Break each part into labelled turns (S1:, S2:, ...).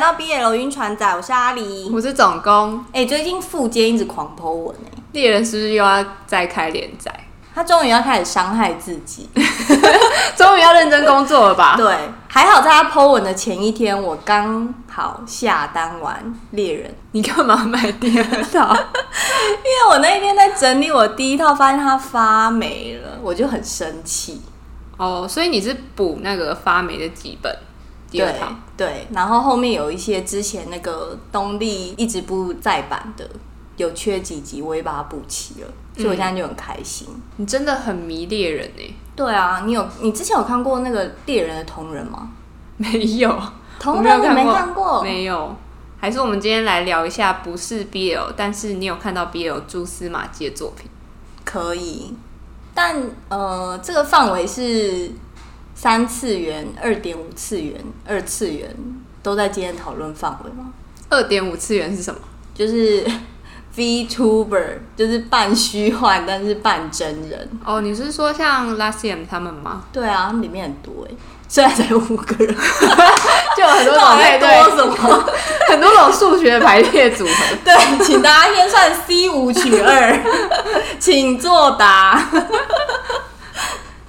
S1: 到 BL 晕船仔，我是阿狸。
S2: 我是总工，
S1: 哎、最近富坚一直狂剖我呢、
S2: 猎人是不是又要再开连载？
S1: 哎 他终于要开始伤害自己。
S2: 终于要认真工作了吧？
S1: 对，还好在他剖文的前一天，我刚好下单玩猎人，
S2: 你干嘛买第二 套？
S1: 因为我那一天在整理我第一套，发现它发霉了，我就很生气。
S2: 哦，所以你是补那个发霉的几本第二
S1: 对
S2: 套？
S1: 对，然后后面有一些之前那个东立一直不再版的，有缺几集，我也把它补齐了，所以
S2: 嗯
S1: 我现在就很开心。
S2: 你真的很迷猎人哎、
S1: 对啊，你有你之前有看过那个猎人的同人吗？
S2: 没有，
S1: 同
S2: 我没有
S1: 人你
S2: 看
S1: 没
S2: 过
S1: 看过？
S2: 没有。还是我们今天来聊一下，不是 BL，但是你有看到 BL 蛛丝马迹的作品？
S1: 可以，但呃，这个范围是三次元、二点五次元、二次元都在今天讨论范围吗？
S2: 二点五次元是什么？
S1: 就是 VTuber，就是半虚幻但是半真人。
S2: 哦，你是说像 Last M 他 们吗？
S1: 对啊，他们里面很多哎、虽然才五个人，
S2: 就有很多
S1: 到
S2: 种
S1: 底在
S2: 配
S1: 多，
S2: 对
S1: 什么？
S2: 很多种数学排列组合。
S1: 对，请大家先算 C 五取二， 请作答。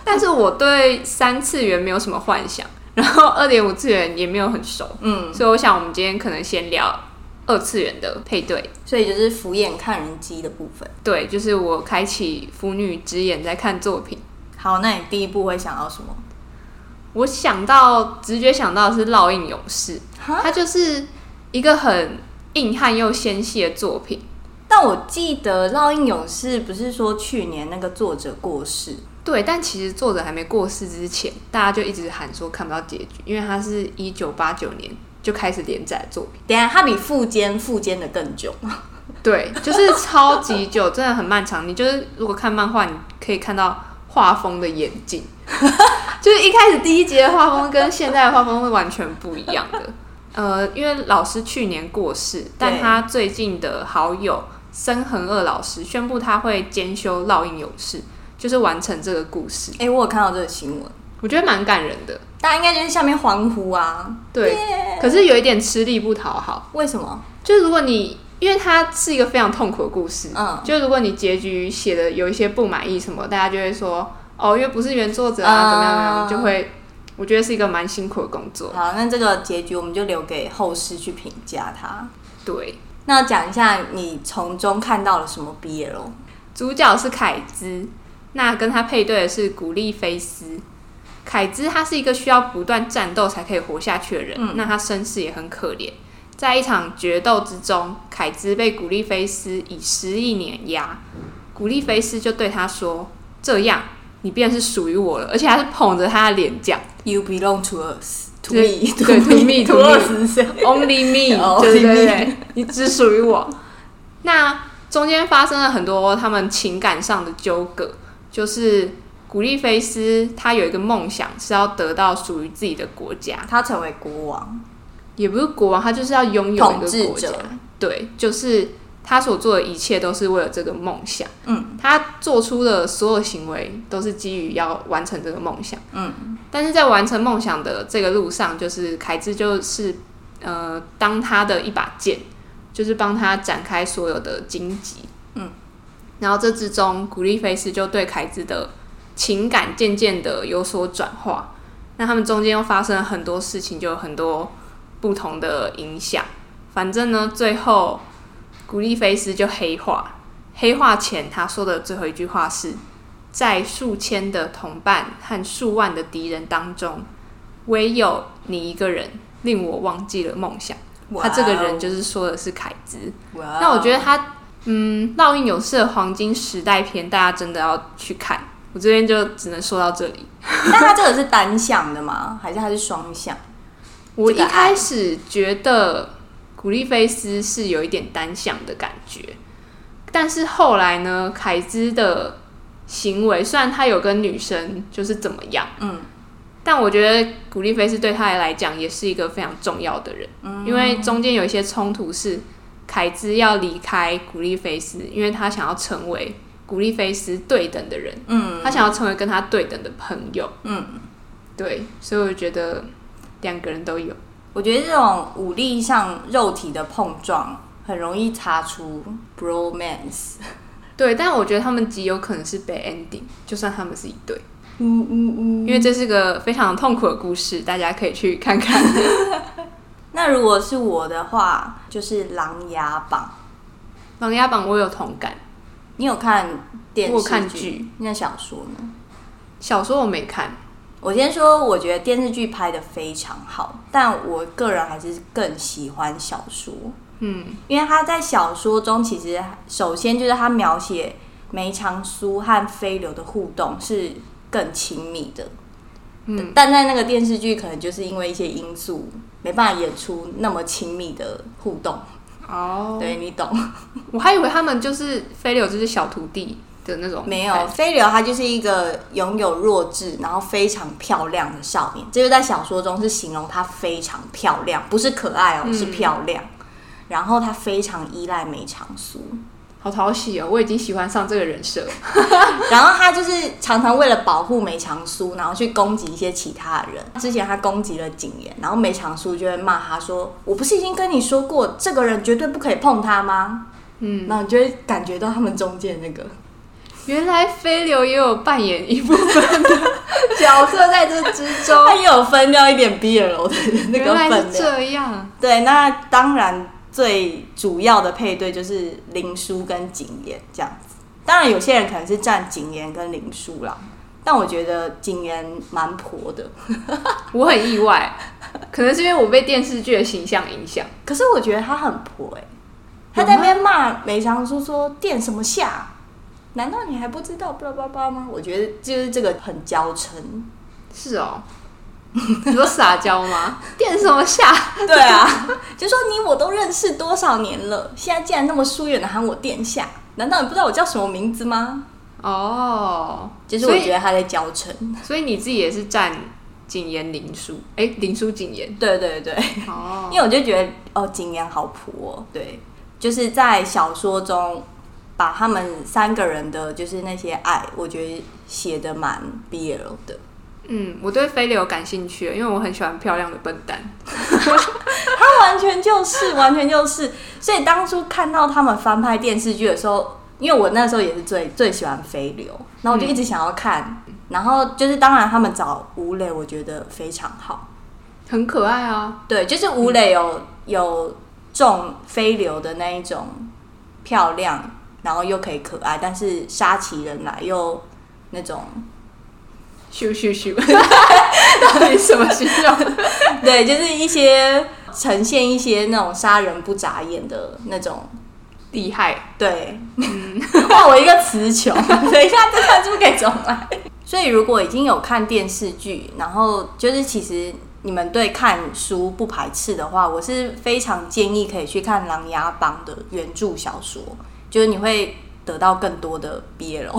S2: 但是我对三次元没有什么幻想， 然后二点五次元也没有很熟，
S1: 嗯，
S2: 所以我想我们今天可能先聊二次元的配对。
S1: 所以就是敷衍看人机的部分。
S2: 对，就是我开启腐女之眼在看作品，
S1: 好，那你第一步会想到什么？
S2: 我想到直觉想到的是《烙印勇士》，
S1: 哈
S2: 它就是一个很硬汉又纤细的作品。
S1: 但我记得《烙印勇士》不是说去年那个作者过世，
S2: 对，但其实作者还没过世之前，大家就一直喊说看不到结局，因为它是一九八九年就开始连载的作品。
S1: 等一下他比富坚富坚的更 久，
S2: 对，就是超级久，真的很漫长。你就是如果看漫画，你可以看到画风的演进， 就是一开始第一节的画风跟现在的画风是完全不一样的。呃，因为老师去年过世，但
S1: 对
S2: 他最近的好友森恒二老师宣布他会兼修《烙印勇士》，就是完成这个故事，
S1: 哎、我有看到这个新闻，
S2: 我觉得蛮感人的。
S1: 大家应该就是下面欢呼啊！
S2: 对可是有一点吃力不讨好，
S1: 为什么？
S2: 就是如果你因为它是一个非常痛苦的故事，
S1: 嗯，
S2: 就如果你结局写的有一些不满意什么，大家就会说哦，因为不是原作者啊，
S1: 啊
S2: 怎么样怎么样，就会我觉得是一个蛮辛苦的工作。
S1: 好，那这个结局我们就留给后世去评价它。
S2: 对，
S1: 那讲一下你从中看到了什么 BL？
S2: 主角是凯兹，那跟他配对的是古丽菲斯。凯兹他是一个需要不断战斗才可以活下去的人，那他身世也很可怜。在一场决斗之中，凯兹被古丽菲斯以十亿碾压，古丽菲斯就对他说：“这样，你便是属于我了。”而且还是捧着他的脸讲。
S1: You belong to us, to
S2: 对
S1: me,
S2: 对 to me, to me
S1: 二十岁。
S2: Only me，
S1: 哦
S2: 对
S1: only
S2: 对
S1: me
S2: 对，你只属于我。那中间发生了很多他们情感上的纠葛，就是古丽菲斯他有一个梦想是要得到属于自己的国家，
S1: 他成为国王，
S2: 也不是国王，他就是要拥有一
S1: 统
S2: 个
S1: 治
S2: 国家
S1: 者。
S2: 对，就是他所做的一切都是为了这个梦想。
S1: 嗯，
S2: 他做出的所有行为都是基于要完成这个梦想。
S1: 嗯，
S2: 但是在完成梦想的这个路上，就是凯兹就是呃，当他的一把剑，就是帮他展开所有的荆棘。
S1: 嗯，
S2: 然后这之中，古丽菲斯就对凯兹的情感渐渐的有所转化。那他们中间又发生了很多事情，就有很多不同的影响。反正呢，最后古丽菲斯就黑化。黑化前，他说的最后一句话是：“在数千的同伴和数万的敌人当中，唯有你一个人令我忘记了梦想。”他这个人就是说的是凯兹。
S1: 哦哇哦，
S2: 那我 觉
S1: 得
S2: 得他，嗯，《烙印勇士》的黄金时代篇，大家真的要去看。我这边就只能说到这里。，
S1: 那他这个是单向的吗？还是他是双向？
S2: 我一
S1: 这个爱
S2: 开始觉得古丽菲斯是有一点单向的感觉，但是后来呢，凯兹的行为虽然他有跟女生就是怎么样，
S1: 嗯，
S2: 但我觉得古丽菲斯对他来讲也是一个非常重要的人，嗯、因为中间有一些冲突是凯兹要离开古丽菲斯，因为他想要成为古丽菲斯对等的人，
S1: 嗯，
S2: 他想要成为跟他对等的朋友，
S1: 嗯，
S2: 对，所以我觉得两个人都有。
S1: 我觉得这种武力上肉体的碰撞，很容易擦出 bromance。
S2: 对，但我觉得他们极有可能是被 ending，就算他们是一对，
S1: 嗯嗯嗯。
S2: 因为这是个非常痛苦的故事，大家可以去看看。
S1: 那如果是我的话，就是《琅琊榜》。
S2: 《琅琊榜》我有同感，
S1: 你有看电视
S2: 我有看
S1: 剧
S2: 剧？
S1: 那小说呢？
S2: 小说我没看，
S1: 我先说，我觉得电视剧拍的非常好，但我个人还是更喜欢小说。
S2: 嗯，
S1: 因为他在小说中，其实首先就是他描写梅长苏和飞流的互动是更亲密的，
S2: 嗯，
S1: 但在那个电视剧可能就是因为一些因素没办法演出那么亲密的互动，
S2: 哦，
S1: 对你懂？
S2: 我还以为他们就是飞流就是小徒弟的那种，
S1: 没有，飞流她就是一个拥有弱智，然后非常漂亮的少年，这就在小说中是形容她非常漂亮，不是可爱哦，是
S2: 嗯
S1: 漂亮。然后她非常依赖梅长苏，
S2: 好讨喜哦！我已经喜欢上这个人设了，
S1: 然后他就是常常为了保护梅长苏，然后去攻击一些其他人。之前他攻击了景言，然后梅长苏就会骂他说：“我不是已经跟你说过，这个人绝对不可以碰他吗？”
S2: 嗯，
S1: 然后你就会感觉到他们中间那个
S2: 原来飞流也有扮演一部分的 哎
S1: 角色在这之中，他也有分掉一点 BL 的那
S2: 原
S1: 个
S2: 来
S1: 分
S2: 是
S1: 量。
S2: 这样，
S1: 对，那当然最主要的配对就是林殊跟景言这样子。当然，有些人可能是站景言跟林殊啦，但我觉得景言蛮婆的。
S2: 我很意外，可能是因为我被电视剧的形象影响。
S1: 可是我觉得他很婆哎、欸，他在那边骂梅长苏说电什么下？难道你还不知道巴拉巴拉吗？我觉得就是这个很娇 嗔。
S2: 是哦， 你说撒娇吗？电什么下？
S1: 对啊，就说你我都认识多少年了，现在竟然那么疏远的喊我殿下，难道你不知道我叫什么名字吗？
S2: 哦，
S1: 就是我觉得他在娇嗔。
S2: 得，所以你自己也是站谨言林书，哎，林书谨言。
S1: 对对对，
S2: 哦，
S1: 因为我就觉得哦，景言好婆、哦，对，就是在小说中把他们三个人的就是那些爱，我觉得写的蛮 BL 的。
S2: 嗯，我对飞流感兴趣，因为我很喜欢漂亮的笨蛋。
S1: 他完全就是，完全就是。所以当初看到他们翻拍电视剧的时候，因为我那时候也是最最喜欢飞流，然后我就一直想要看。然后就是，当然他们找吴磊，我觉得非常好。
S2: 很可爱啊，
S1: 对，就是吴磊有、有中飞流的那一种漂亮，然后又可以可爱，但是杀起人来又那种，
S2: 咻咻 咻，到底什么形容？
S1: 对，就是一些呈现一些那种杀人不眨眼的那种
S2: 厉害，
S1: 对，哇，我一个词穷，等一下这段是不是可以重来？所以如果已经有看电视剧，然后就是其实你们对看书不排斥的话，我是非常建议可以去看《琅琊榜》的原著小说，就是你会得到更多的 BL，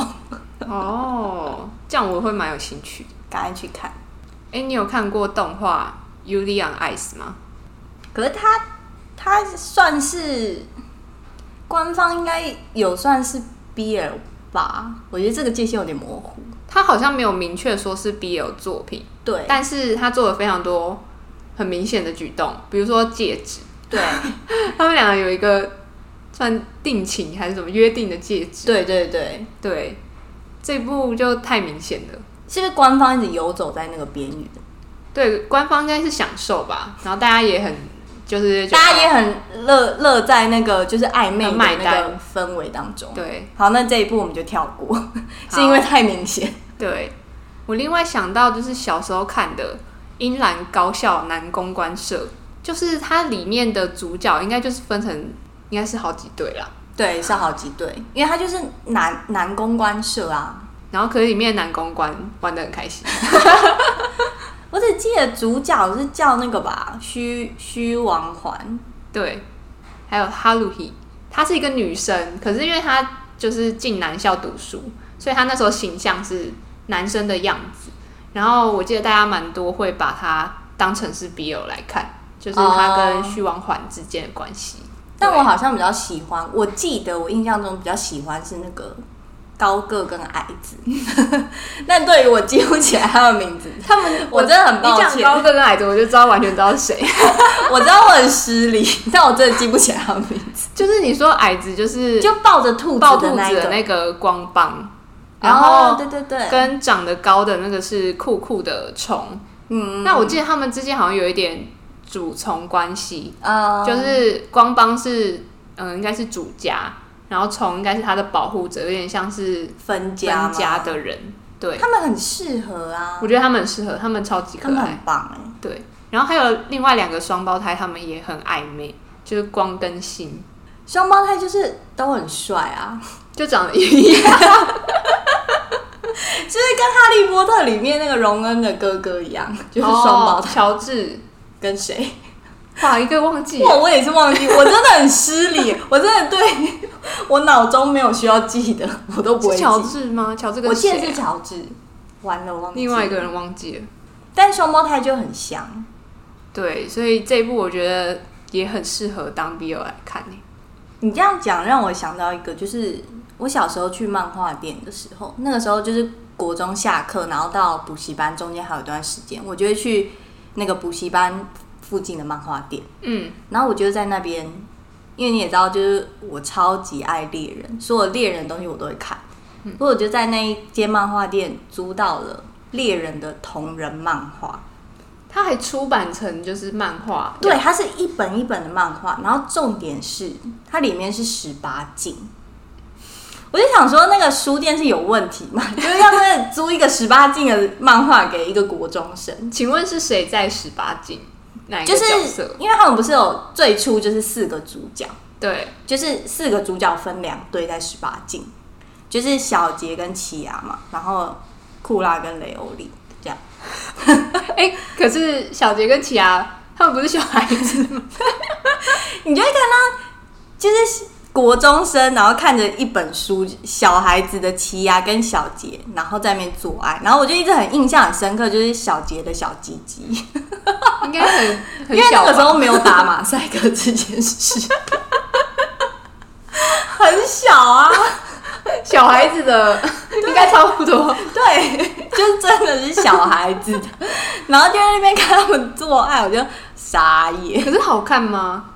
S2: 哦，这样我会蛮有兴趣的。
S1: 赶快去看。
S2: 哎、你有看过动画《u l i on Ice》吗？
S1: 可是它它算是官方应该有算是 BL 吧？我觉得这个界限有点模糊。
S2: 他好像没有明确说是 BL 作品，
S1: 对，
S2: 但是他做了非常多很明显的举动，比如说戒指，
S1: 对。
S2: 他们两个有一个算定情还是什么约定的戒指，
S1: 对对对，
S2: 对，这部就太明显了。
S1: 是不是官方一直游走在那个边缘？
S2: 对，官方应该是享受吧，然后大家也很就是觉得
S1: 大家也很乐乐在那个就是暧昧的
S2: 很买
S1: 那个
S2: 单
S1: 氛围当中。
S2: 哦对
S1: 好，那这一步我们就跳过，是因为太明显。
S2: 对。我另外想到就是小时候看的《英兰高校男公关社》，就是它里面的主角应该就是分成应该是好几对啦，
S1: 对， 是好几对，因为他就是男男公关社啊。
S2: 然后可是里面的男公关玩的很开心，
S1: 我只记得主角是叫那个吧，虚虚王环，
S2: 对，还有哈鲁希，她是一个女生，可是因为她就是进男校读书，所以她那时候形象是男生的样子。然后我记得大家蛮多会把她当成是 BL 来看，就是她跟徐王环之间的关系。
S1: 但
S2: 对
S1: 我好像比较喜欢，我记得我印象中比较喜欢是那个高个跟矮子。 但对于我记不起来他们名字，他们 我真的很抱
S2: 你
S1: 歉，
S2: 讲高个跟矮子，我就知道完全知道是谁。
S1: 我知道我很失礼， 但我真的记不起来他们名字。
S2: 就是你说矮子，就是
S1: 就抱着兔
S2: 抱
S1: 子
S2: 肚
S1: 的那一
S2: 子的
S1: 个，
S2: 那哦个光棒，然
S1: 然后
S2: 后
S1: 对对对，
S2: 跟长得高的那个是酷酷的虫。
S1: 嗯，
S2: 那我记得他们之间好像有一点主从关系，
S1: 呃，
S2: 就是光帮是嗯，应该是主家，然后虫应该是他的保护者，有点像是
S1: 分家嘛
S2: 分家，的人。对，
S1: 他们很适合啊
S2: 我，觉得他们很适合，他们超级
S1: 他
S2: 可
S1: 们
S2: 爱
S1: 很。棒哎。
S2: 对，然后还有另外两个双胞胎，他们也很暧昧，就是光跟心，
S1: 双胞胎就是都很帅啊，
S2: 就长得一样。
S1: 就是跟《哈利波特》里面那个荣恩的哥哥一样，就是双胞
S2: 哦
S1: 胎。
S2: 乔治，
S1: 跟谁？
S2: 哇，一个忘记
S1: 哇，我也是忘记，我真的很失礼， 我真的对 我脑中没有需要记的，我都不
S2: 是
S1: 会记。
S2: 乔治吗？乔治跟
S1: 我记得
S2: 谁
S1: 是
S2: 啊
S1: 乔治，完了忘记
S2: 另外一个人忘记了。
S1: 但双胞胎就很像。
S2: 对，所以这一部我觉得也很适合当 BL 来看欸耶
S1: 你这样讲让我想到一个，就是我小时候去漫画店的时候，那个时候就是国中下课，然后到补习班中间还有一段时间，我就会去那个补习班附近的漫画店，
S2: 嗯，
S1: 然后我就在那边，因为你也知道，就是我超级爱猎人，所有猎人的东西我都会看，所以我就在那一间漫画店租到了猎人的同人漫画。
S2: 它还出版成就是漫画，
S1: 对，它是一本一本的漫画，然后重点是它里面是十八禁。我就想说，那个书店是有问题嘛？ 就是要是租一个十八禁的漫画给一个国中生，
S2: 请问是谁在十八禁？哪一个
S1: 就是
S2: 角色？
S1: 因为他们不是有最初就是四个主角，
S2: 对，
S1: 就是四个主角分两队在十八禁，就是小杰跟奇亚嘛，然后库拉跟雷欧里这样。
S2: 哎、可是小杰跟奇亚他们不是小孩子吗？
S1: 你就会看到，就是国中生，然后看着一本书，小孩子的奇亚跟小杰，然后在那边做爱，然后我就一直很印象很深刻，就是小杰的小鸡鸡，
S2: 应该 很
S1: 因
S2: 很
S1: 为
S2: 小
S1: 那个时
S2: 吧？
S1: 候没有打马赛克这件事，很小 啊，
S2: 小孩子 的应该差不多。
S1: 对，就真的是小孩子的，然后就在那边看他们做爱，我就傻眼，
S2: 可是好看吗？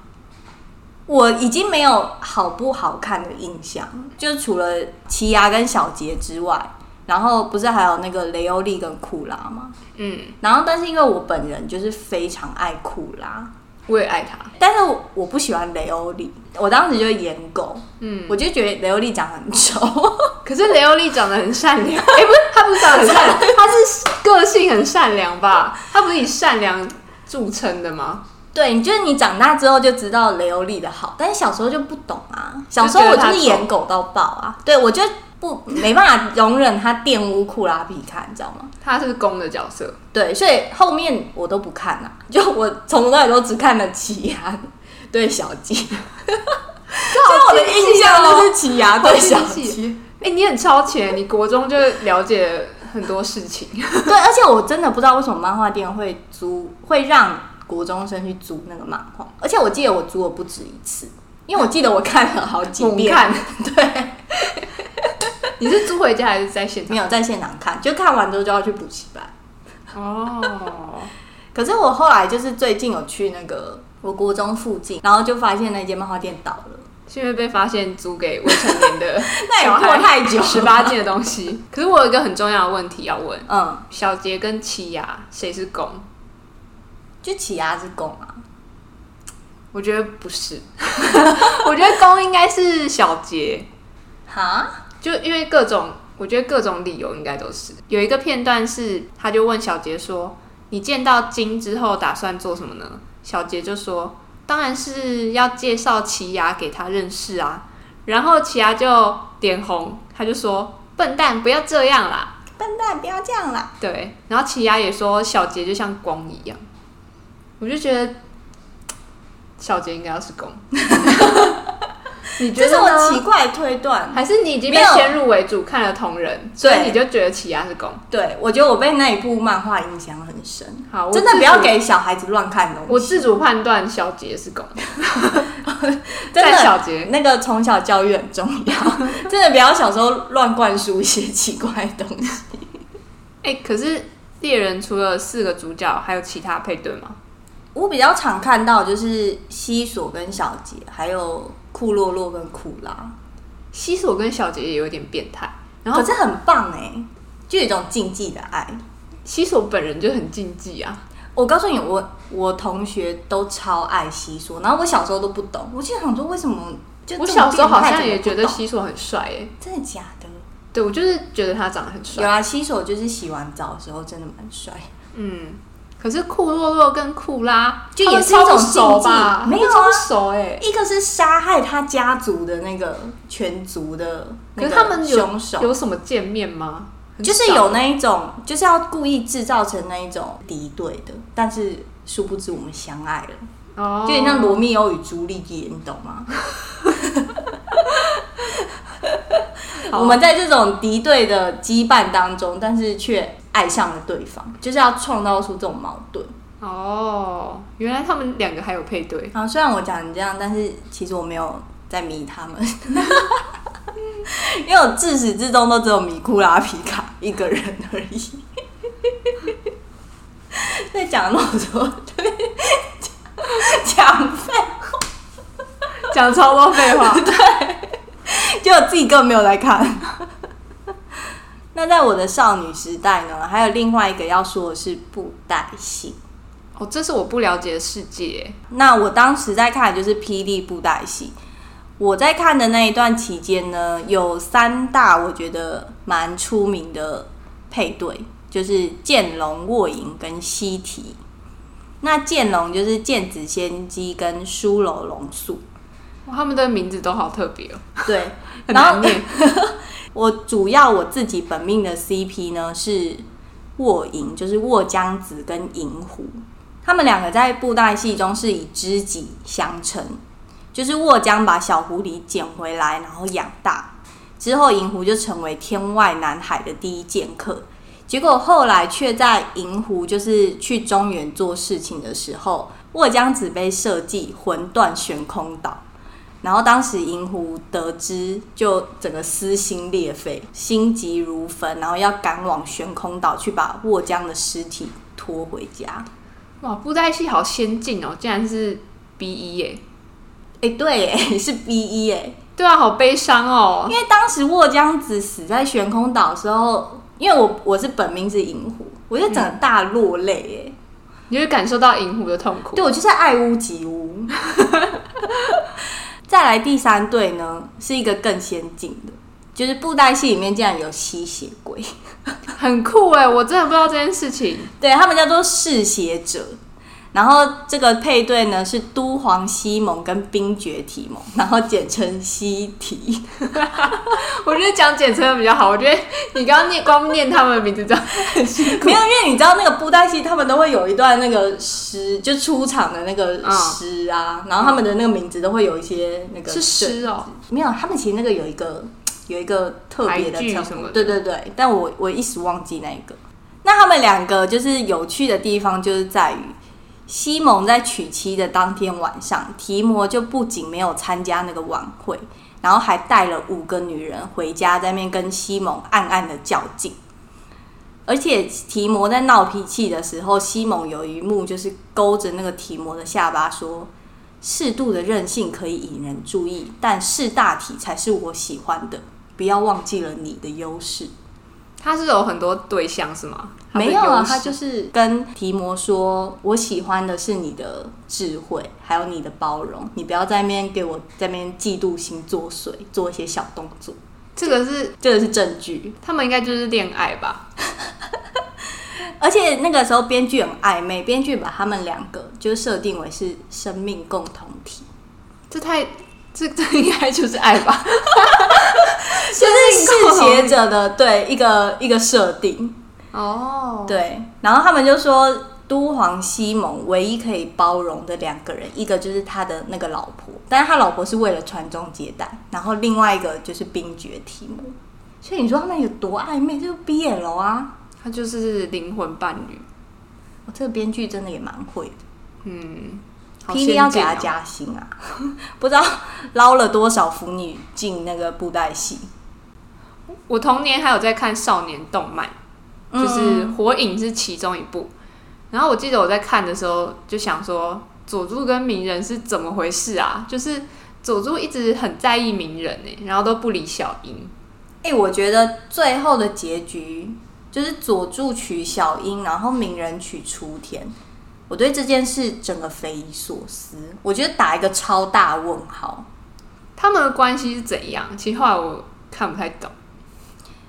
S1: 我已经没有好不好看的印象，就除了奇亚跟小杰之外，然后不是还有那个雷欧利跟库拉吗？
S2: 嗯，
S1: 然后，但是因为我本人就是非常爱库拉，
S2: 我也爱他。
S1: 但是我我不喜欢雷欧利，我当时就演狗，
S2: 嗯，
S1: 我就觉得雷欧利长得很丑，
S2: 可是雷欧利长得很善良，哎、不是，他不是长得很善 良，他是个性很善良吧？他不是以善良著称的吗？
S1: 对，你就是你长大之后就知道雷欧利的好，但是小时候就不懂啊。小时候我就是演狗到爆啊，对我就不没办法容忍他玷污库拉皮卡，你知道吗？
S2: 他是公的角色，
S1: 对，所以后面我都不看了、 就我从头到尾都只看了奇牙对小鸡，所以我的印象哦
S2: 好
S1: 就
S2: 精
S1: 是奇牙
S2: 好
S1: 对
S2: 精
S1: 小
S2: 细
S1: 鸡。
S2: 哦哎、你很超前，你国中就了解很多事情。
S1: 对，而且我真的不知道为什么漫画店会租，会让国中生去租那个漫画，而且我记得我租了不止一次，因为我记得我看了好几
S2: 猛
S1: 遍。
S2: 看，对。你是租回家还是在现
S1: 没
S2: 场？
S1: 有在现场看，就看完之后就要去补习班。
S2: 哦，
S1: 可是我后来就是最近有去那个我国中附近，然后就发现那间漫画店倒了，
S2: 是因为被发现租给未成年的
S1: 那也
S2: 小
S1: 拖
S2: 孩
S1: 太久
S2: 十
S1: 了。
S2: 八禁的东西。可是我有一个很重要的问题要问：
S1: 嗯，
S2: 小杰跟奇雅谁是公？
S1: 就起鸭子拱啊，
S2: 我觉得 不是，我觉得公应该是小杰，
S1: 哈，
S2: 就因为各种，我觉得各种理由应该都是。有一个片段是，他就问小杰说：“你见到金之后打算做什么呢？”小杰就说：“当然是要介绍奇牙给他认识啊。”然后奇牙就脸红，他就说：“笨蛋，不要这样啦
S1: 笨蛋，不要这样啦！！”
S2: 对，然后奇牙也说小杰就像光一样， 我就觉得小杰应该要是光。你觉
S1: 这是
S2: 得
S1: 我奇
S2: 呢？
S1: 怪的推断。
S2: 还是你已经被
S1: 没有
S2: 先入为主看了同人，所以
S1: 对
S2: 你就觉得奇亚是攻？
S1: 对，我觉得我被那一部漫画影响很深。
S2: 好，我
S1: 真的
S2: 自
S1: 不要
S2: 主
S1: 给小孩子乱看东西。
S2: 我自主判断，小杰是攻，
S1: 真的
S2: 在小杰
S1: 那个从小教育很重 要，真的不要小时候乱灌输一些奇怪的东西。
S2: 哎、可是猎人除了四个主角，还有其他配对吗？
S1: 我比较常看到就是西索跟小杰，还有库洛洛跟库拉，
S2: 西索跟小杰也有点变态，然后
S1: 可是很棒哎、就有一种禁忌的爱。
S2: 西索本人就很禁忌啊。
S1: 我告诉你，我我同学都超爱西索，然后我小时候都不懂，我就想说为什么就这
S2: 我
S1: 么
S2: 小时候好
S1: 变态
S2: 像也觉
S1: 怎么不
S2: 得
S1: 懂
S2: 西索很帅诶、
S1: 真的假的？
S2: 对我就是觉得他长得很帅
S1: 有。啊，西索就是洗完澡的时候真的蛮帅，
S2: 嗯，可是库洛洛跟库拉
S1: 就
S2: 他们
S1: 也是一种
S2: 超不熟
S1: 禁忌
S2: 吧？
S1: 没有啊
S2: 他们超不熟哎诶、
S1: 一个是杀害他家族的那个全族的那
S2: 可
S1: 个
S2: 是他们有
S1: 凶手，
S2: 有什么见面吗？很
S1: 就是
S2: 少
S1: 有那一种，就是要故意制造成那一种敌对的，但是殊不知我们相爱了，
S2: 哦，
S1: 就有点像罗密欧与朱丽叶，你懂吗？
S2: 好
S1: 我们在这种敌对的羁绊当中，但是却爱上了对方，就是要创造出这种矛盾。
S2: 哦，原来他们两个还有配对。
S1: 啊，虽然我讲成这样，但是其实我没有在迷他们， 因为我自始至终都只有迷库拉皮卡一个人而已。 在讲那种说对 讲废，
S2: 讲超多废 话。
S1: 结果自己根本没有来看。 那在我的少女时代呢，还有另外一个要说的是布袋戏。
S2: 哦，这是我不了解的世界。
S1: 那我当时在看的就是《霹雳布袋戏》，我在看的那一段期间呢，有三大我觉得蛮出名的配对，就是剑龙、卧影跟西提。那剑龙就是剑子仙姬跟苏楼龙素，
S2: 哇，哦他们的名字都好特别哦，
S1: 对。
S2: 很
S1: 然
S2: 难
S1: 后
S2: 念。
S1: 我主要我自己本命的 CP 呢是卧影，就是卧江子跟银狐，他们两个在布袋戏中是以知己相称，就是卧江把小狐狸捡回来，然后养大之后，银狐就成为天外南海的第一剑客。结果后来却在银狐就是去中原做事情的时候，卧江子被设计魂断悬空岛，然后当时银狐得知，就整个撕心裂肺，心急如焚，然后要赶往悬空岛去把沃江的尸体拖回家。
S2: 哇，布袋戏好先进哦，竟然是 B 一耶。
S1: 哎，对耶， 是 B 一哎，
S2: 对啊，好悲伤哦
S1: 因。为当时沃江子死在悬空岛的时候，因为我我是本名是银狐，我就整个大落泪耶。
S2: 你会感受到银狐的痛苦。
S1: 对，我就是爱屋及乌。 再来第三对呢，是一个更先进的，就是布袋戏里面竟然有吸血鬼。
S2: 很酷哎，我真的不知道这件事情。
S1: 对他们叫做嗜血者。然后这个配对呢是都皇西蒙跟冰绝提蒙，然后简称西 提。
S2: 我觉得讲简称的比较好。我觉得你刚刚念光念他们的名字，这样很辛苦
S1: 没。有，因为你知道那个布袋戏，他们都会有一段那个诗，就出场的那个
S2: 嗯
S1: 诗啊，然后他们的那个名字都会有一些那个
S2: 是诗哦，
S1: 没有，他们其实那个有一个有一个特别的
S2: 排句
S1: 称
S2: 什么
S1: 呼，
S2: 的
S1: 对对对，但我我一时忘记那一个。那他们两个就是有趣的地方，就是在于西蒙在娶妻的当天晚上，提摩就不仅没有参加那个晚会，然后还带了五个女人回家，在那边跟西蒙暗暗的较劲。而且提摩在闹脾气的时候，西蒙有一幕就是勾着那个提摩的下巴说：“适度的任性可以引人注意，但识大体才是我喜欢的。不要忘记了你的优势。
S2: 他是有很多对象是吗？他的
S1: 没有啊
S2: 优，势
S1: 他就是跟提摩说：“我喜欢的是你的智慧，还有你的包容。你不要在那边给我在那边嫉妒心作祟，做一些小动作。
S2: 这个是”
S1: 这个是证据。
S2: 他们应该就是恋爱吧？
S1: 而且那个时候编剧很暧昧，编剧把他们两个就设定为是生命共同体，
S2: 这太这 这应该就是爱吧？
S1: 就是嗜血者的对一个一个设定。
S2: 哦，
S1: 对，然后他们就说都皇西蒙唯一可以包容的两个人，一个就是他的那个老婆，但是他老婆是为了传宗接代，然后另外一个就是冰绝提姆。所以你说他们有多暧昧，就是 BL 啊！
S2: 他就是灵魂伴侣，
S1: 我这个编剧真的也蛮会的，
S2: 嗯，好
S1: 霹雳要
S2: 先
S1: 给
S2: 进
S1: 他
S2: 哦
S1: 加薪啊！ 不知道捞了多少腐女进那个布袋戏，
S2: 我童年还有在看少年动漫，
S1: 嗯
S2: 就是《火影》是其中一部。然后我记得我在看的时候就想说，佐助跟鸣人是怎么回事啊？就是佐助一直很在意鸣人哎、然后都不理小樱。
S1: 哎、我觉得最后的结局就是佐助娶小樱，然后鸣人娶雏田。我对这件事整个匪夷所思，我觉得打一个超大问号。
S2: 他们的关系是怎样？其实后来我看不太懂。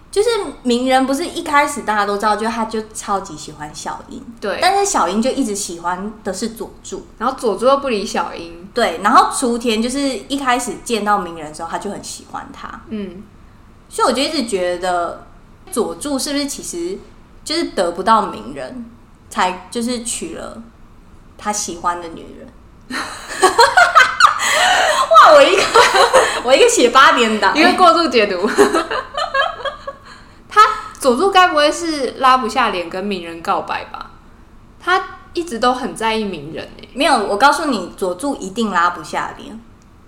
S1: 就是鸣人不是一开始大家都知道，就他就超级喜欢小樱，
S2: 对，
S1: 但是小樱就一直喜欢的是佐助，
S2: 然后佐助又不理小樱，
S1: 对。然后雏田就是一开始见到鸣人的时候，他就很喜欢他，
S2: 嗯，
S1: 所以我就一直觉得佐助是不是其实就是得不到名人，才就是娶了他喜欢的女人。 哇，我一个我一个写八点档，
S2: 因为过度解读。 他佐助该不会是拉不下脸跟鸣人告白吧？他一直都很在意鸣人哎、
S1: 没有，我告诉你，佐助一定拉不下脸，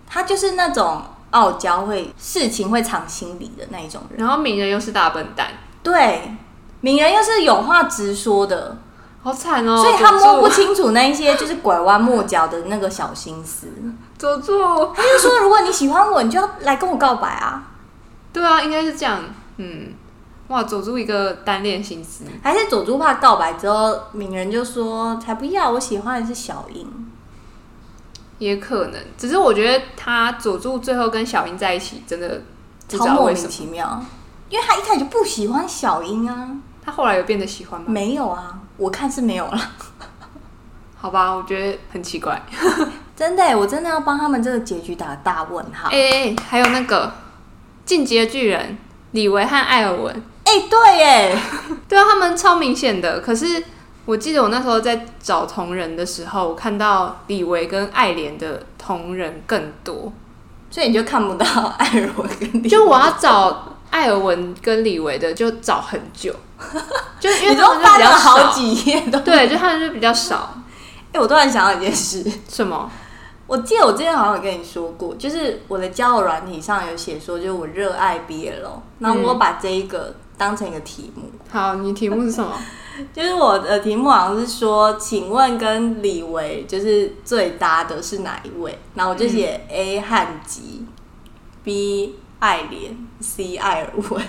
S1: 他就是那种傲娇会事情会藏心里的那一种人。
S2: 然后鸣人又是大笨蛋，
S1: 对，鸣人又是有话直说的，
S2: 好惨哦！
S1: 所以他摸不
S2: 不
S1: 清楚那一些就是拐弯抹角的那个小心思。
S2: 佐助，
S1: 他就说，如果你喜欢我，你就要来跟我告白啊。
S2: 对啊，应该是这样。嗯，哇，佐助一个单恋心思，
S1: 还是佐助怕告白之后，鸣人就说才不要，我喜欢的是小樱。
S2: 也可能。只是我觉得他佐助最后跟小樱在一起，真的不知
S1: 超
S2: 道
S1: 莫
S2: 为
S1: 名
S2: 什么。
S1: 其妙，因为他一开始就不喜欢小樱啊，
S2: 他后来有变得喜欢吗？
S1: 没有啊，我看是没有了。
S2: 好吧，我觉得很奇怪。
S1: 真的耶，我真的要帮他们这个结局打大问号。
S2: 哎、
S1: 哎、
S2: 哎还有那个《进击的巨人》，李维和艾尔文，
S1: 哎对耶，
S2: 对啊，他们超明显的。可是我记得我那时候在找同人的时候，我看到李维跟爱莲的同人更多。
S1: 所以你就看不到艾尔文跟你，
S2: 就我要找艾尔文跟李维的，就找很 久，就因为
S1: 你
S2: 他
S1: 都
S2: 们就
S1: 翻
S2: 比较
S1: 了好
S2: 少。
S1: 几页都。
S2: 对，就他们就比较少。
S1: 哎、我突然想到一件事，
S2: 什么？
S1: 我记得我之前好像有跟你说过，就是我的交友软体上有写说，就是我热爱 BL，然后我把这一个当成一个题目，
S2: 好，你题目是什么？
S1: 就是我的题目好像是说，请问跟李维就是最搭的是哪一位？然后我就写 A 汉吉，B 爱莲，C 艾尔文。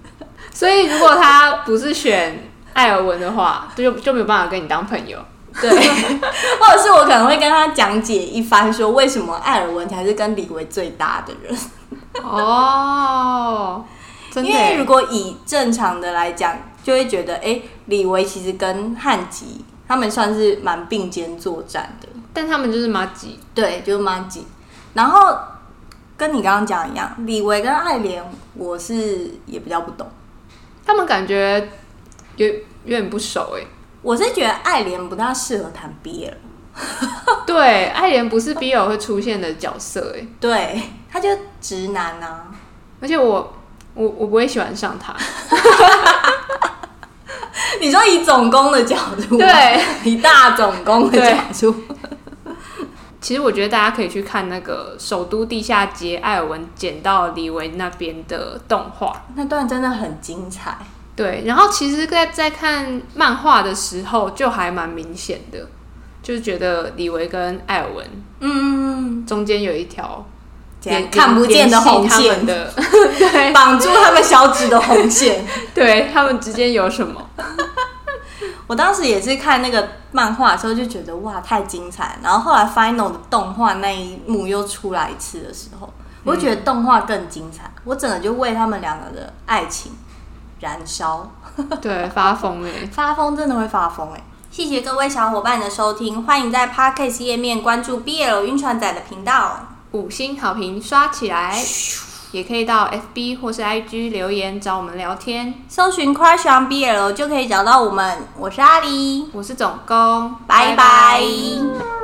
S2: 所以如果他不是选艾尔文的话， 就就没有办法跟你当朋友。
S1: 对，或者是我可能会跟他讲解一番，说为什么艾尔文才是跟李维最搭的人。
S2: 哦，真的
S1: 因为如
S2: 耶。
S1: 果以正常的来讲，就会觉得，哎、李维其实跟汉吉他们算是蛮并肩作战的，
S2: 但他们就是马吉，
S1: 对，就是蛮吉。然后跟你刚刚讲一样，李维跟爱莲，我是也比较不懂，
S2: 他们感觉有有点不熟哎。
S1: 我是觉得爱莲不大适合谈 BL，
S2: 对，爱莲不是 BL 会出现的角色哎，
S1: 对，他就直男啊，
S2: 而且我我我不会喜欢上他。
S1: 你说以总攻的角度，啊
S2: 对，
S1: 以大总攻的角度，
S2: 其实我觉得大家可以去看那个首都地下街艾尔文捡到李维那边的动画。
S1: 那段真的很精彩。
S2: 对，然后其实在，在看漫画的时候就还蛮明显的，就是觉得李维跟艾尔文
S1: 嗯，
S2: 中间有一条
S1: 这样
S2: 连
S1: 看不见的红
S2: 联系他
S1: 线
S2: 们。的， 对
S1: 绑住他们小指的红线。
S2: 对，他们之间有什么？
S1: 我当时也是看那个漫画的时候就觉得哇太精彩，然后后来 final 的动画那一幕又出来一次的时候，我就觉得动画更精彩，我整个就为他们两个的爱情燃烧。
S2: 对，发疯哎、
S1: 发疯真的会发疯哎、谢谢各位小伙伴的收听，欢迎在 Podcast 页面关注 BL 晕船仔的频道。
S2: 五星好评刷起来。也可以到 FB 或是 IG 留言找我们聊天。
S1: 搜寻 Crush on BL 就可以找到我们。我是阿狸，
S2: 我是总工，
S1: 拜拜